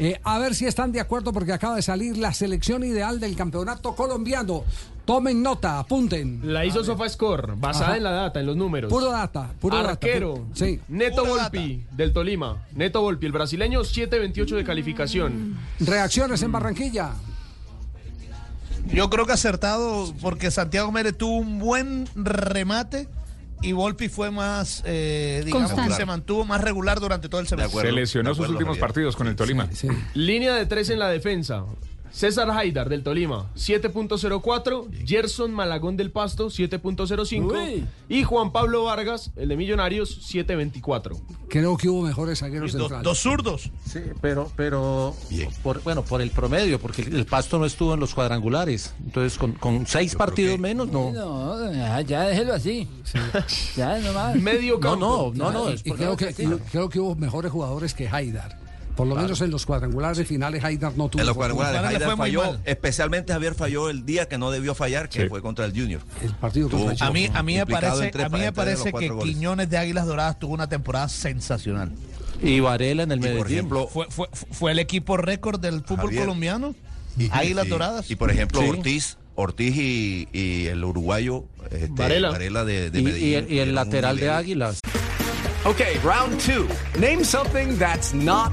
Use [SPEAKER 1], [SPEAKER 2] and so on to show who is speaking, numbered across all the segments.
[SPEAKER 1] Eh, a ver si están de acuerdo porque acaba de salir la selección ideal del campeonato colombiano. Tomen nota, apunten.
[SPEAKER 2] La hizo SofaScore, basada en la data, en los números.
[SPEAKER 1] Puro data, puro data,
[SPEAKER 2] Arquero.
[SPEAKER 1] pu- sí.
[SPEAKER 2] Neto
[SPEAKER 3] Pura
[SPEAKER 2] Volpi, del Tolima. Neto Volpi, el brasileño, 7.28 de calificación.
[SPEAKER 1] Reacciones en Barranquilla.
[SPEAKER 3] Yo creo que acertado porque Santiago Mérez tuvo un buen remate y Volpi fue más, eh, digamos,
[SPEAKER 4] Constante.
[SPEAKER 3] que se mantuvo más regular durante todo el
[SPEAKER 5] De
[SPEAKER 3] semestre.
[SPEAKER 5] acuerdo.
[SPEAKER 6] Se lesionó
[SPEAKER 5] de
[SPEAKER 6] sus
[SPEAKER 5] acuerdo,
[SPEAKER 6] últimos
[SPEAKER 5] Javier.
[SPEAKER 6] partidos con el Tolima.
[SPEAKER 1] Sí.
[SPEAKER 2] Línea de tres en la defensa. César Haidar del Tolima, 7.04. Gerson Malagón del Pasto, 7.05.
[SPEAKER 1] Uy.
[SPEAKER 2] Y Juan Pablo Vargas, el de Millonarios, 7.24.
[SPEAKER 1] Creo que hubo mejores
[SPEAKER 3] Y
[SPEAKER 1] zagueros
[SPEAKER 3] do-
[SPEAKER 1] centrales.
[SPEAKER 3] dos zurdos.
[SPEAKER 7] Sí, pero, pero por, bueno, por el promedio, porque el, el Pasto no estuvo en los cuadrangulares. Entonces, con, con seis partidos menos, no. No,
[SPEAKER 8] No, ya, ya déjelo así.
[SPEAKER 1] Ah,
[SPEAKER 8] Ya, nomás.
[SPEAKER 2] Medio
[SPEAKER 7] no,
[SPEAKER 2] campo.
[SPEAKER 7] no, no. es
[SPEAKER 1] Y
[SPEAKER 7] porque-
[SPEAKER 1] creo que, y creo que hubo mejores jugadores que Haidar. Por lo menos en los cuadrangulares finales Haidar no tuvo.
[SPEAKER 5] En los
[SPEAKER 1] fortuna.
[SPEAKER 5] cuadrangulares,
[SPEAKER 3] Juan le
[SPEAKER 5] Javier
[SPEAKER 3] fue muy
[SPEAKER 5] falló,
[SPEAKER 3] mal.
[SPEAKER 5] especialmente Javier falló el día que no debió fallar, que
[SPEAKER 6] Sí.
[SPEAKER 5] fue contra el Junior.
[SPEAKER 1] El partido
[SPEAKER 5] Tuvo-
[SPEAKER 1] contra el
[SPEAKER 3] A mí, a mí me
[SPEAKER 5] Implicado
[SPEAKER 3] parece,
[SPEAKER 5] en tres
[SPEAKER 3] a mí me
[SPEAKER 5] para
[SPEAKER 3] parece
[SPEAKER 5] entrar en los
[SPEAKER 3] que
[SPEAKER 5] cuatro goles.
[SPEAKER 3] Quiñones de Águilas Doradas tuvo una temporada sensacional.
[SPEAKER 7] Y Varela en el
[SPEAKER 5] Y
[SPEAKER 7] Medellín.
[SPEAKER 5] por ejemplo,
[SPEAKER 3] Fue, fue, fue el equipo récord del fútbol
[SPEAKER 5] Javier.
[SPEAKER 3] colombiano.
[SPEAKER 5] y-
[SPEAKER 3] Águilas
[SPEAKER 5] y-
[SPEAKER 3] Doradas.
[SPEAKER 5] Y por ejemplo,
[SPEAKER 7] Sí.
[SPEAKER 5] Ortiz, Ortiz y, y el uruguayo este,
[SPEAKER 2] Varela.
[SPEAKER 5] Varela. de, de
[SPEAKER 7] y,
[SPEAKER 5] Medellín.
[SPEAKER 7] y el, y el
[SPEAKER 5] Era un
[SPEAKER 7] lateral de
[SPEAKER 5] nivel.
[SPEAKER 7] Águilas.
[SPEAKER 9] Okay, round two. Name something that's not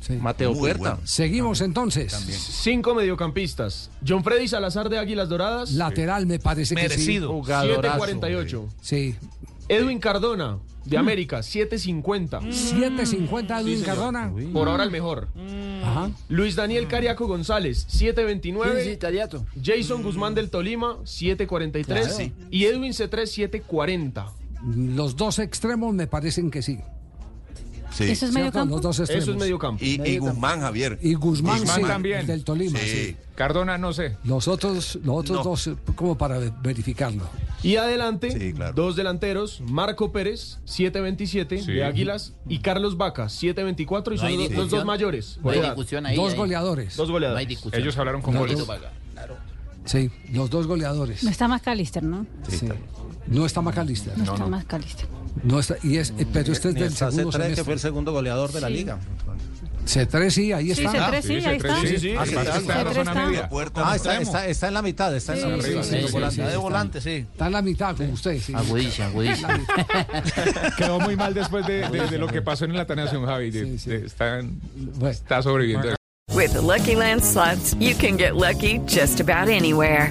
[SPEAKER 1] Sí.
[SPEAKER 7] Mateo
[SPEAKER 5] Muy
[SPEAKER 7] Puerta.
[SPEAKER 5] bueno.
[SPEAKER 1] Seguimos entonces.
[SPEAKER 2] Cinco mediocampistas. John Freddy Salazar de Águilas Doradas,
[SPEAKER 1] Lateral me parece
[SPEAKER 3] Merecido.
[SPEAKER 7] Jugadorazo.
[SPEAKER 2] 7.48.
[SPEAKER 1] que sí. Sí.
[SPEAKER 2] Edwin Cardona de América,
[SPEAKER 1] Mm.
[SPEAKER 2] 7.50.
[SPEAKER 1] 7.50 Edwin Cardona.
[SPEAKER 2] Por ahora el mejor.
[SPEAKER 1] Ajá.
[SPEAKER 2] Luis Daniel Cariaco González,
[SPEAKER 8] Sí, sí,
[SPEAKER 2] 7.29.
[SPEAKER 8] Tariato.
[SPEAKER 2] Jason Guzmán del Tolima, 7.43.
[SPEAKER 8] Claro.
[SPEAKER 2] Y Edwin C3, 7.40.
[SPEAKER 1] Los dos extremos me parecen que sí.
[SPEAKER 5] Sí.
[SPEAKER 4] Eso es medio
[SPEAKER 1] ¿Cierto?
[SPEAKER 4] campo.
[SPEAKER 1] Los dos extremos.
[SPEAKER 2] Eso es medio campo.
[SPEAKER 5] Y, y Guzmán, Javier. Eh,
[SPEAKER 1] Y Guzmán,
[SPEAKER 6] Guzmán
[SPEAKER 1] sí,
[SPEAKER 6] también.
[SPEAKER 1] el del Tolima.
[SPEAKER 5] Sí.
[SPEAKER 1] sí.
[SPEAKER 6] Cardona, no sé.
[SPEAKER 1] Los otros, los otros dos, eh, como para ve- verificarlo.
[SPEAKER 2] Y adelante,
[SPEAKER 5] Sí, claro.
[SPEAKER 2] dos delanteros, Marco Pérez, 7.27
[SPEAKER 6] Sí.
[SPEAKER 2] de Águilas, y Carlos Vaca, 7.24, y
[SPEAKER 8] hay
[SPEAKER 2] son los, los dos
[SPEAKER 8] discusión. No
[SPEAKER 2] mayores.
[SPEAKER 8] hay
[SPEAKER 2] por edad.
[SPEAKER 8] discusión ahí.
[SPEAKER 1] dos
[SPEAKER 8] ahí.
[SPEAKER 1] goleadores.
[SPEAKER 2] Dos
[SPEAKER 8] No hay
[SPEAKER 2] goleadores.
[SPEAKER 8] discusión.
[SPEAKER 6] Ellos hablaron con
[SPEAKER 8] No,
[SPEAKER 6] goles.
[SPEAKER 8] Tito Vaga.
[SPEAKER 1] Sí, los dos goleadores.
[SPEAKER 4] No está más Calister, ¿no?
[SPEAKER 1] Sí. No está Macalister.
[SPEAKER 4] No, está más Calister.
[SPEAKER 1] No está, y es, eh, pero este es
[SPEAKER 7] Ni
[SPEAKER 1] del
[SPEAKER 7] está
[SPEAKER 1] segundo
[SPEAKER 7] C3, que fue
[SPEAKER 1] semestre.
[SPEAKER 7] el segundo goleador de la liga.
[SPEAKER 1] C3, sí, ahí
[SPEAKER 4] Sí,
[SPEAKER 1] está.
[SPEAKER 4] C3, sí, ahí está.
[SPEAKER 2] sí, sí.
[SPEAKER 6] Ah, sí, está en la
[SPEAKER 4] C3
[SPEAKER 6] zona
[SPEAKER 4] está.
[SPEAKER 5] La
[SPEAKER 6] media.
[SPEAKER 5] puerta
[SPEAKER 7] Ah,
[SPEAKER 5] no
[SPEAKER 7] está,
[SPEAKER 5] sabemos.
[SPEAKER 7] está, está en la mitad, está en la
[SPEAKER 4] Sí,
[SPEAKER 7] mitad.
[SPEAKER 4] sí,
[SPEAKER 7] de
[SPEAKER 8] sí,
[SPEAKER 7] volante.
[SPEAKER 8] sí,
[SPEAKER 3] Está de volante, sí.
[SPEAKER 1] Está en la mitad, como usted. Sí.
[SPEAKER 8] Agudilla, agudilla.
[SPEAKER 6] Quedó muy mal después de, de- de lo que pasó en el Atanasio Javi. de-
[SPEAKER 1] Sí, sí.
[SPEAKER 6] de- está, en-
[SPEAKER 1] Bueno.
[SPEAKER 6] está sobreviviendo.
[SPEAKER 10] With the Lucky Land slots, you can get lucky just about anywhere.